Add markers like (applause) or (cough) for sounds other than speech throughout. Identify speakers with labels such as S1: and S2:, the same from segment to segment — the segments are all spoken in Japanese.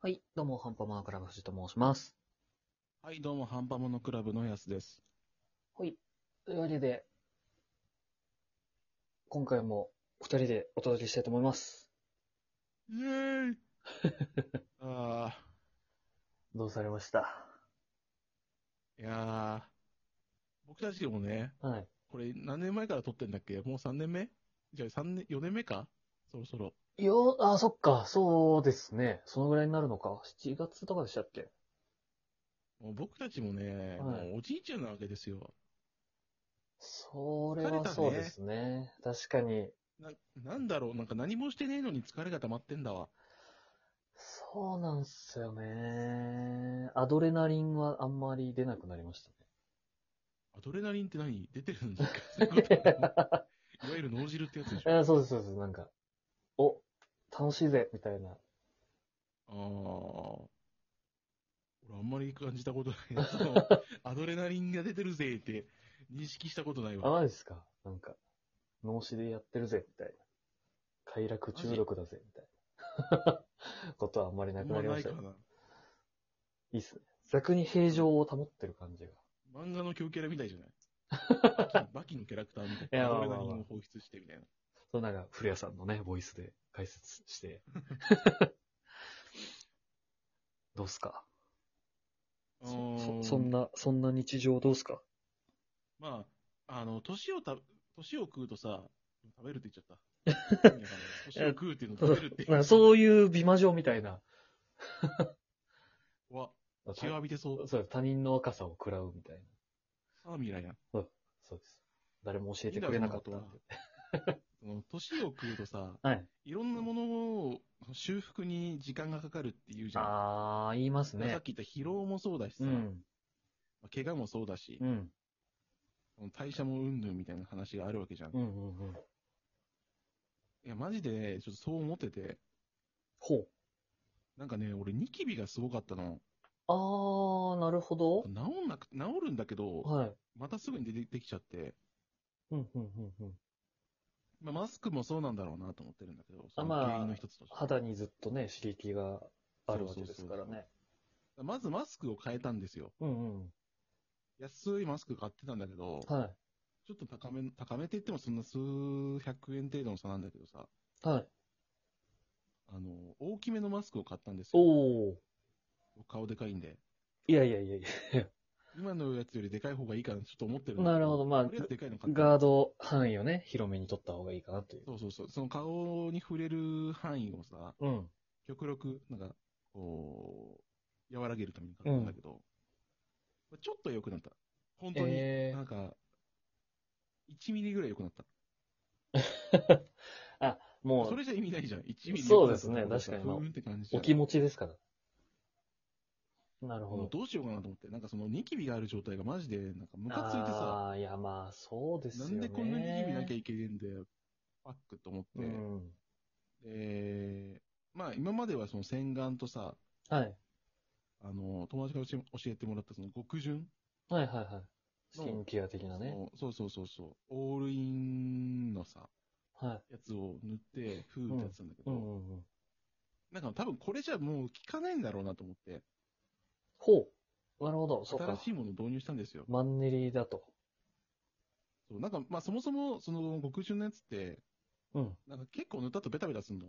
S1: はい、どうも、ハンパモノクラブ藤と申します。
S2: はい、どうも、ハンパモノクラブのやすです。
S1: はい、というわけで、今回も二人でお届けしたいと思います。
S2: イェーイ (laughs) あ
S1: どうされました
S2: ーいやー、僕たちもね、
S1: はい。
S2: これ何年前から撮ってんだっけもう3年目じゃあ3年、4年目かそろそろ。
S1: よ、あ、そっか、そうですね。そのぐらいになるのか。7月とかでしたっけ
S2: もう僕たちもね、
S1: はい
S2: もうおじいちゃんなわけですよ。
S1: それはそうですね。確かに。
S2: な、なんだろう、なんか何もしてねえのに疲れが溜まってんだわ。
S1: そうなんすよね。アドレナリンはあんまり出なくなりま (laughs) したね。
S2: アドレナリンって何出てるんですかそう (laughs) いうこといわゆる脳汁ってやつでしょ
S1: あそうです、そうです。なんか、お、楽しいぜ、みたいな。
S2: ああ。俺あんまり感じたこと
S1: (laughs)
S2: ない。そのアドレナリンが出てるぜって認識したことない
S1: あ、
S2: わ。
S1: マジですかなんか、脳死でやってるぜ、みたいな。快楽中毒だぜ、みたいな。 (laughs) ことはあんまり
S2: あ
S1: なんくな
S2: ま
S1: りま
S2: な
S1: し
S2: い
S1: た
S2: か
S1: よ。
S2: な。
S1: いいっすね。逆に平常を保ってる感じが。
S2: 漫画の強キャラみたいじゃないバ
S1: (laughs)
S2: キバキのキャラクターみたい
S1: いやま
S2: な。
S1: あ
S2: アド
S1: まあ
S2: レ
S1: まあ
S2: ナリンを放出してみたいな。
S1: そうなんか、古谷さんのね、ボイスで解説
S2: (laughs)
S1: して。どうっすか
S2: う
S1: そ
S2: ー
S1: そん。な、そんな日常どうっすか
S2: まあ、あの、年をた、年を食うとさ、食べるって言っ
S1: (laughs)
S2: ちゃった。年を食うっていうの食べるっていう
S1: まあそういう美魔女みたいな。
S2: う。わ、血を浴びてそう。
S1: そうです他人の若さを食らうみたいな。
S2: サーミラやん。
S1: そうです。誰も教えてくれなかったんで
S2: いいだろうその年を食うとさ、
S1: はい。
S2: いろんなものを修復に時間がかかるっていうじゃん。
S1: あー、言います
S2: さ
S1: ね
S2: っ。き言った疲労もそうだしさ、
S1: うん。
S2: まあ怪我もそうだし
S1: う、ん。
S2: 代謝もうんぬんみたいな話があるわけじゃん。
S1: う
S2: い
S1: んうんうん。
S2: や、マジでね、ちょっとそう思ってて、
S1: ほう。
S2: なんかね、俺ニキビがすごかったの。
S1: あー、なるほど
S2: 治。んなく、治るんだけど、
S1: はい。
S2: またすぐに出てきちゃって、
S1: うんうんうんうん。
S2: まあ、マスクもそうなんだろうなと思ってるんだけど、
S1: あ
S2: その
S1: まあ
S2: 原因の一つとして。
S1: 肌にずっとね、刺激があるわけですから
S2: そうそう
S1: ね。
S2: まずマスクを変えたんですよ。
S1: うんうん。
S2: 安いマスク買ってたんだけど、
S1: は
S2: ちょっと高め、高めって言ってもそんな数百円程度の差なんだけどさ、
S1: い。はい。
S2: あの、大きめのマスクを買ったんですよ。
S1: おー。
S2: 顔でかいんで。
S1: いやいやいやい
S2: 今のやつよりでかい方がいいかなってちょっと思ってるんだけ
S1: なるほど。まあ
S2: と、りあえずでかいの買った。
S1: ガード範囲をね、広めに取った方がいいかなという。
S2: そうそうそう。その顔に触れる範囲をさ、
S1: うん。
S2: 極力、なんか、こう、和らげるために買ったんだけど、ちょっと良くなった。本当に、
S1: え
S2: なんか、1ミリぐらい良くなった。
S1: ー。あ、も、
S2: そうれじゃ意味ないじゃん。1ミリ良くなった
S1: そうですね
S2: ところさ
S1: 確かにまあ
S2: ふーんって感じじゃ
S1: お
S2: ん
S1: 気持ちですから。なる
S2: も
S1: ほ
S2: う
S1: ど。
S2: どうしようかなと思って、なんかそのニキビがある状態がマジで、なんかムカついてさ、
S1: あー、いやまあ、そうです
S2: な
S1: よね。
S2: んでこんなにニキビなきゃいけねえんだよ、パックと思っ
S1: う
S2: て、
S1: ん。
S2: で、まあ今まではその洗顔とさ、
S1: はい。
S2: あの、友達から教え教えてもらったその極潤
S1: はいはいはい。スキンケア的なね。
S2: そのそうそうそうそう、オールインのさ、
S1: はい。
S2: やつを塗って、ふーってやってたんだけ
S1: う
S2: ど、
S1: んうんうん。
S2: なんか多分これじゃもう効かないんだろうなと思って、
S1: ほう。なるほど。そう
S2: 新
S1: か
S2: し。いものを導入したんですよ。
S1: マンネリだと。
S2: そうなんかまあそもそもその極潤のやつって、
S1: うん。
S2: なんか結構塗ったとベタベタすんの。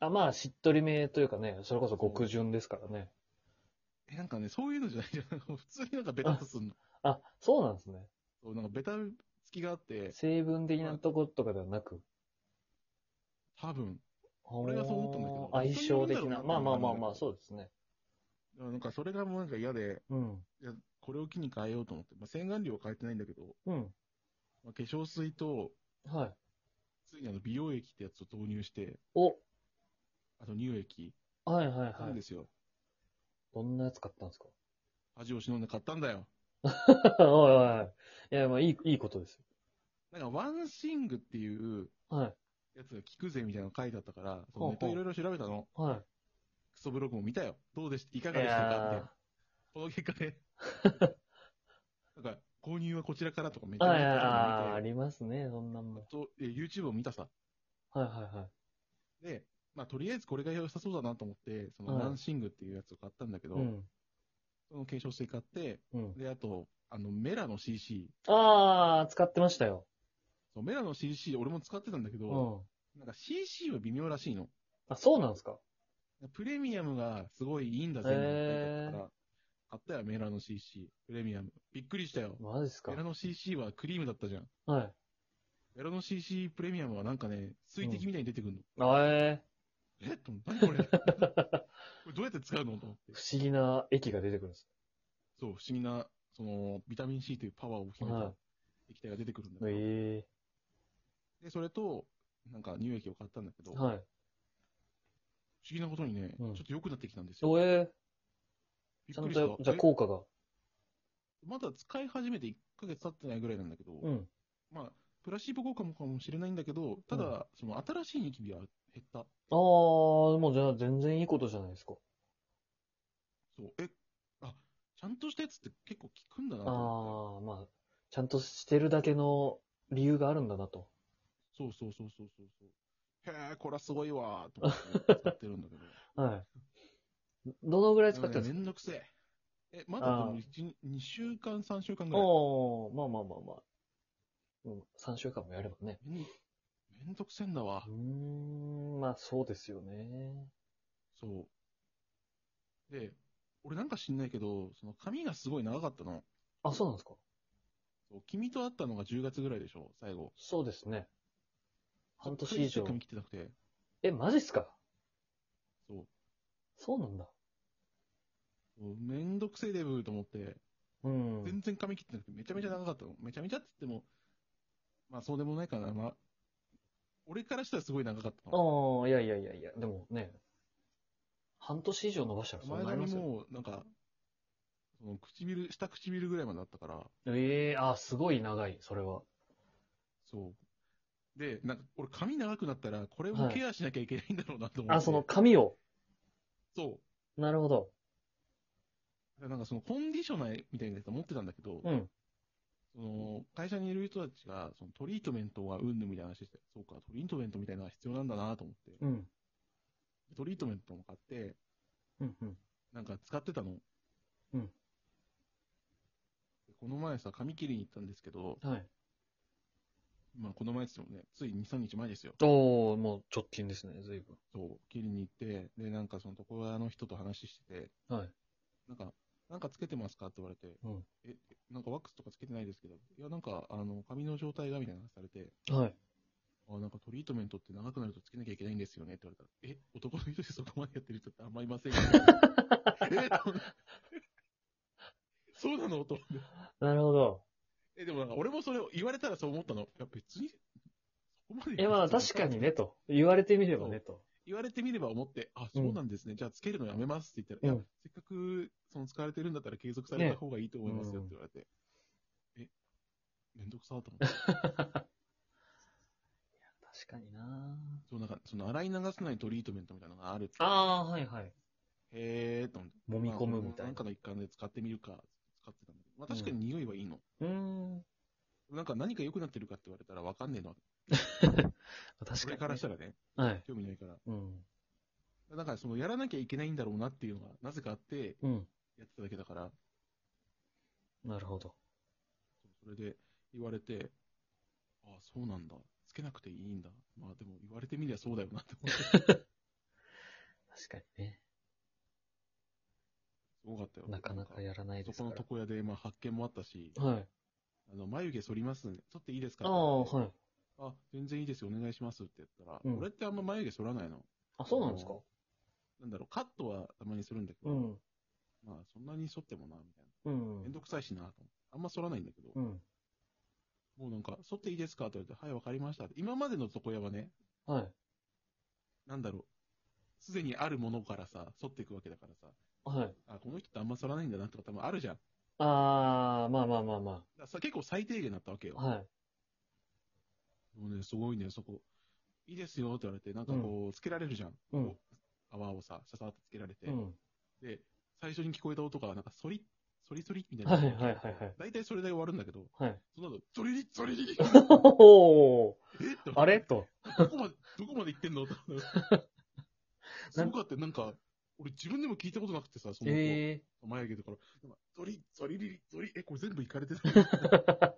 S1: あ、まあ、しっとりめというかね、それこそ極潤ですからね。
S2: え、なんかね、そういうのじゃないじゃん。なんか (laughs) 普通になんかベタっとすんの。
S1: あ、そうなんですね。
S2: そうなんかベタつきがあって、
S1: 成分的なとことかではなく。
S2: 多分、
S1: 俺
S2: がそう思ったんだけど
S1: 相性的
S2: 人に
S1: な。
S2: よるんだ
S1: まあ
S2: ろうな
S1: まあまあまあ、
S2: なんだろうね
S1: そうですね。
S2: なんかそれがもうなんか嫌で、
S1: うん。
S2: いやこれを機に変えようと思って、まあ、洗顔料は変えてないんだけど、
S1: うん。
S2: まあ、化粧水と、
S1: はい。
S2: ついにあの美容液ってやつを投入して、
S1: お、
S2: あと乳液、
S1: はいはい
S2: なん
S1: は
S2: で
S1: い。
S2: すよ。
S1: どんなやつ買ったんですか (laughs)
S2: 恥を忍んで買ったんだよ。
S1: おいおいおい。いや、まあ、いい、いいことです
S2: なんかワンシングっていう
S1: よ。はい。
S2: やつが効くぜみたいなの書いてあったから、そ
S1: ほうほう
S2: のネットいろいろ調べたの。
S1: は
S2: クソブログも見たよ。どうでしたい
S1: い。
S2: かがでしたかって
S1: や。
S2: この結
S1: (laughs)
S2: 果で。なんか、購入はこちらからとかめ
S1: ー
S2: っちゃ
S1: あ
S2: 書いてあったの
S1: あ、
S2: 見
S1: あ
S2: て
S1: りますね、そんなんも。
S2: と、え YouTube を見たさ。
S1: はいはいはい。
S2: で、まあ、とりあえずこれが良さそうだなと思って、その
S1: はい
S2: ランシングっていうやつを買ったんだけど、
S1: うん。
S2: その検証水買って、
S1: うん。
S2: で、あと、あの、メラの CC。
S1: あー、使ってましたよ。
S2: そうメラの CC、俺も使ってたんだけ
S1: う
S2: ど、
S1: ん。
S2: なんか CC は微妙らしいの。
S1: あ、そうなんですか
S2: プレミアムがすごいいいんだぜ、みたいなことだから、買ったよ、メラの CC。プレミアム。びっくりしたよ。
S1: マジですか
S2: メラの CC はクリームだったじゃん。
S1: はい。
S2: メラの CC プレミアムはなんかね、水滴みたいに出てくるの。
S1: あえ
S2: えと思って何これ (laughs) こ
S1: ー、
S2: れどうやって使うのと思って。
S1: 不思議な液が出てくるんです。
S2: そう、不思議な、その、ビタミン C というパワーを秘め
S1: は
S2: た
S1: い
S2: 液体が出てくるんだけど、
S1: え
S2: で、それと、なんか乳液を買ったんだけ
S1: え
S2: ど、
S1: ー。
S2: 不思
S1: はい。
S2: 議なことにね、
S1: うん
S2: ちょっと良くなってきたんですよ。
S1: おえ
S2: び
S1: ー、ち
S2: っ
S1: ゃ
S2: く
S1: ん
S2: りした。
S1: と、じゃあ
S2: え
S1: 効果が。
S2: まだ使い始めて1ヶ月経ってないぐらいなんだけど、
S1: うん。
S2: まあ、プラシーボ効果もかもしれないんだけど、ただ、
S1: う
S2: その新しいニキビは減った。
S1: あー、もうじゃあ全然いいことじゃないですか。
S2: そう、え、あ、ちゃんとしたやつって結構効くんだな
S1: あ
S2: と思っ
S1: ー、まあ、ちゃんとしてるだけの理由があるんだなと。
S2: て。そうそうそうそうそうそう。へえ、これはすごいわーと思って使ってるんだけど。
S1: はい。どのぐらい使ってるんで
S2: です
S1: か
S2: もねめんどくせえ。え、まだで
S1: あ
S2: も
S1: ー
S2: 1 2週間、3週間ぐらい。
S1: おー、まあまあまあまあ。うん、3週間もやればね。
S2: めんめんどくせえんだわ
S1: う。ーん、まあそうですよね。
S2: そう。で、俺なんか知んないけど、その髪がすごい長かったの。
S1: あ、そうなんですか
S2: そう君と会ったのが10月ぐらいでしょ、最後。
S1: そうですね。半年
S2: そっくり
S1: 以
S2: して
S1: 上。
S2: 髪切ってなくて。
S1: え、マジっすか
S2: そう。
S1: そうなんだ。
S2: めんどくせえデブと思って、
S1: うん。
S2: 全然髪切ってなくて、めちゃめちゃ長かったの。めちゃめちゃって言っても、まあそうでもないかな。まあ、俺からしたらすごい長かったの。
S1: ああ、いやいやいやいや、でもね、半年以上伸ばしたらそう
S2: 前
S1: なりま
S2: 髪
S1: すよ。
S2: も、なんか、その唇、下唇ぐらいまであったから、
S1: ええああ、すごい長い、それは。
S2: そう。で、なんか、俺髪長くなったら、これもケアしなきゃいけないんだろうなと思って。
S1: あ、その髪を。
S2: そ
S1: なるほど。
S2: う。なんかそのコンディショナーみたいなやつ持ってたんだけど、
S1: うん。
S2: その会社にいる人たちが、そのトリートメントがうんぬんみたいな話して、そうか、トリートメントみたいなのが必要なんだなと思って。
S1: うん。
S2: トリートメントも買って、
S1: うん。うん。
S2: なんか使ってたの。
S1: うん
S2: でこの前さ、髪切りに行ったんですけど、
S1: はい。
S2: まあこの前ですよね、つい2、3日前ですよ。
S1: おー、もう直近ですね、随分。
S2: そう、切りに行って、で、なんかその床屋の人と話してて、
S1: はい。
S2: なんか、なんかつけてますかって言われて、
S1: うん
S2: え、なんかワックスとかつけてないですけど、いや、なんか、あの、髪の状態がみたいな話されて、
S1: はい。
S2: あ、なんかトリートメントって長くなるとつけなきゃいけないんですよねって言われたら、え、男の人でそこまでやってる人ってあんまりいませんよ、
S1: (laughs)
S2: ね。えと思ってそうなのと思って。
S1: なるほど。
S2: え、でもなんか俺もそれを言われたらそう思ったの。いや、別に、そこまで。
S1: え、まあ確かにね、。と。言われてみればね、と。
S2: 言われてみれば思って、あ、そうなんですね。じゃあつけるのやめますって言ったら、
S1: う
S2: いや
S1: ん、
S2: せっかくその使われてるんだったら継続され
S1: ね
S2: た方がいいと思いますよって言われて、え、めんどくさと
S1: (laughs)
S2: 思って。
S1: 確かにな
S2: そうなんか、その洗い流さないトリートメントみたいなのがあるって。
S1: ああ、はいはい。
S2: へえーと思って。
S1: 揉み込むみたい
S2: ん
S1: な
S2: か。の一環で使ってみるか、使ってたんだけど。まあ確かに匂いはいいの。
S1: うー (laughs) ん。
S2: なんか何か良くなってるかって言われたらわかんねえの。
S1: 確
S2: そ
S1: か
S2: れ
S1: に。
S2: からしたらね、
S1: はい。
S2: 興味ないから。
S1: うん。
S2: だからそのやらなきゃいけないんだろうなっていうのが、なぜかあって、
S1: うん。
S2: やってただけだから、
S1: なるほど。
S2: それで言われて、ああ、そうなんだ。つけなくていいんだ。まあでも言われてみりゃそうだよなって思って。
S1: 確かにね。
S2: すごかったよ。
S1: なかなかやらない
S2: そ
S1: ですか
S2: この床屋でまあ発見もあったし、
S1: ら。はい。
S2: あの眉毛剃りますんで、剃っていいですか
S1: ああ、
S2: い。
S1: はい。
S2: あ、全然いいですよ、お願いしますって言ったら、
S1: うん
S2: 俺ってあんま眉毛剃らないの。
S1: あ、そうなんですか
S2: なんだろう、カットはたまにするんだけど、
S1: うん。
S2: まあそんなに剃ってもな、みたいな。
S1: うん
S2: めん。どくさいしな、と思ってあんま剃らないんだけど、
S1: うん。
S2: もうなんか、剃っていいですかって言われて、はい、わかりましたって。今までの床屋はね、
S1: はい。
S2: なんだろう、すでにあるものからさ、剃っていくわけだからさ、
S1: はい。
S2: あ、この人ってあんま剃らないんだなとか多分あるじゃん。だか
S1: ああ、まあまあまあま
S2: らさ結構最低限だったわけよ。
S1: あ。はい。
S2: でもね、すごいね、そこ、いいですよって言われて、なんかこう、つけられるじゃん。
S1: うん。
S2: 泡をさ、ささってつけられて。
S1: うん。
S2: で、最初に聞こえた音が、なんか、そり、そりそりみたいな。
S1: はいはいはいはい。
S2: 大体それで終わるんだけど、
S1: はい。
S2: その後、そりり、そりりり
S1: (laughs) おお
S2: えっと
S1: あれと。 (laughs)
S2: どこまで、どこまで行ってんのとすごかったよなんか、俺自分でも聞いたことなくてさ、その子、
S1: え
S2: 眉毛とかの、なんかゾリ、ゾリリリ、ゾリ、え、これ全部いかれてた。
S1: (laughs)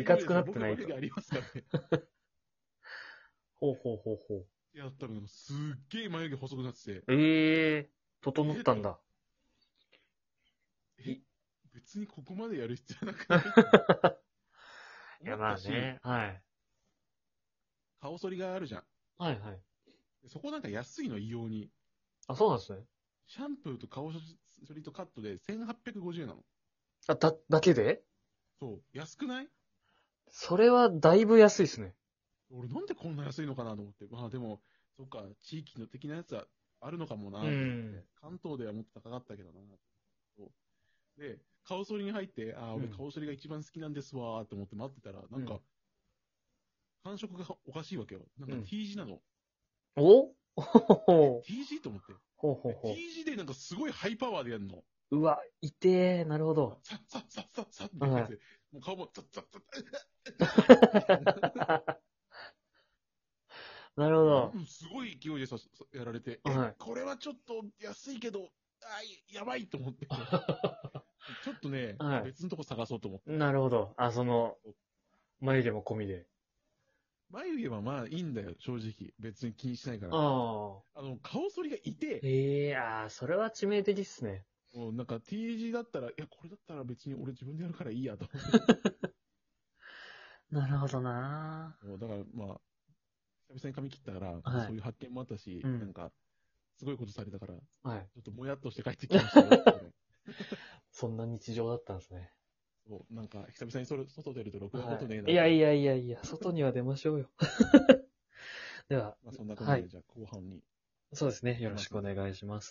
S1: いかつくなってない
S2: 僕の眉毛ありますかって。
S1: ほうほうほうほう。
S2: やったのよすっげえ眉毛細くなってて、
S1: ええ整ったんだ。
S2: え
S1: い、
S2: 別にここまでやる必要なくない
S1: (laughs) いや、まあね。はい。
S2: 顔剃りがあるじゃん。
S1: はいはい。
S2: でそこなんか安いの、異様に。
S1: あ、そうなんですね。
S2: シャンプーと顔処理とカットで1850円なの。
S1: あ、だ、だけで
S2: そう。安くない
S1: それはだいぶ安いですね。
S2: 俺なんでこんな安いのかなと思って。まあでも、そっか、地域の的なやつはあるのかもな、
S1: うん
S2: 関東ではもっと高かったけどな。そうで、顔剃りに入って、ああ、俺
S1: うん
S2: 顔剃りが一番好きなんですわーって思って待ってたら、なん
S1: うん
S2: か、感触がおかしいわけよ。なんか
S1: うん
S2: T 字なの。
S1: (laughs) おほ
S2: T 字と思って。
S1: ほうほうほ
S2: T 字でなんかすごいハイパワーでやるの。
S1: う。うわ、いてえ、なるほど。
S2: さっさっさっさっさってやって、もう顔もさっさっさっ
S1: (laughs) なるほど
S2: う。んすごい勢いでささやられて、
S1: はい
S2: えこれはちょっと安いけど、あいやばいと
S1: (laughs)
S2: 思って、ちょっとね、
S1: はい
S2: 別のとこ探そうと思って。
S1: なるほど。あ、その、眉毛も込みで。
S2: 眉毛はまあいいんだよ、正直。別に気にしないから。あ
S1: ああ。
S2: の、顔剃りがいて、
S1: ええああ、それは致命的っすね。
S2: もうなんか T 字だったら、いや、これだったら別に俺自分でやるからいいやと思
S1: なるほどな (laughs)
S2: って。もうだからまあ、久々に髪切ったから、
S1: はい
S2: そういう発見もあったし、
S1: うん
S2: なんか、すごいことされたから、ち
S1: はい。
S2: ょっともやっとして帰ってきまし
S1: (laughs)
S2: たよ。
S1: そんな日常だったんですね。
S2: そうなんか、久々にそれ外出ると録画ことねえな。
S1: いやいやいやいや、外には出ましょうよ。 (laughs) では、
S2: まあ、そんな感じで、
S1: はい
S2: じゃあ後半に
S1: そうですね。よろしくお願いします。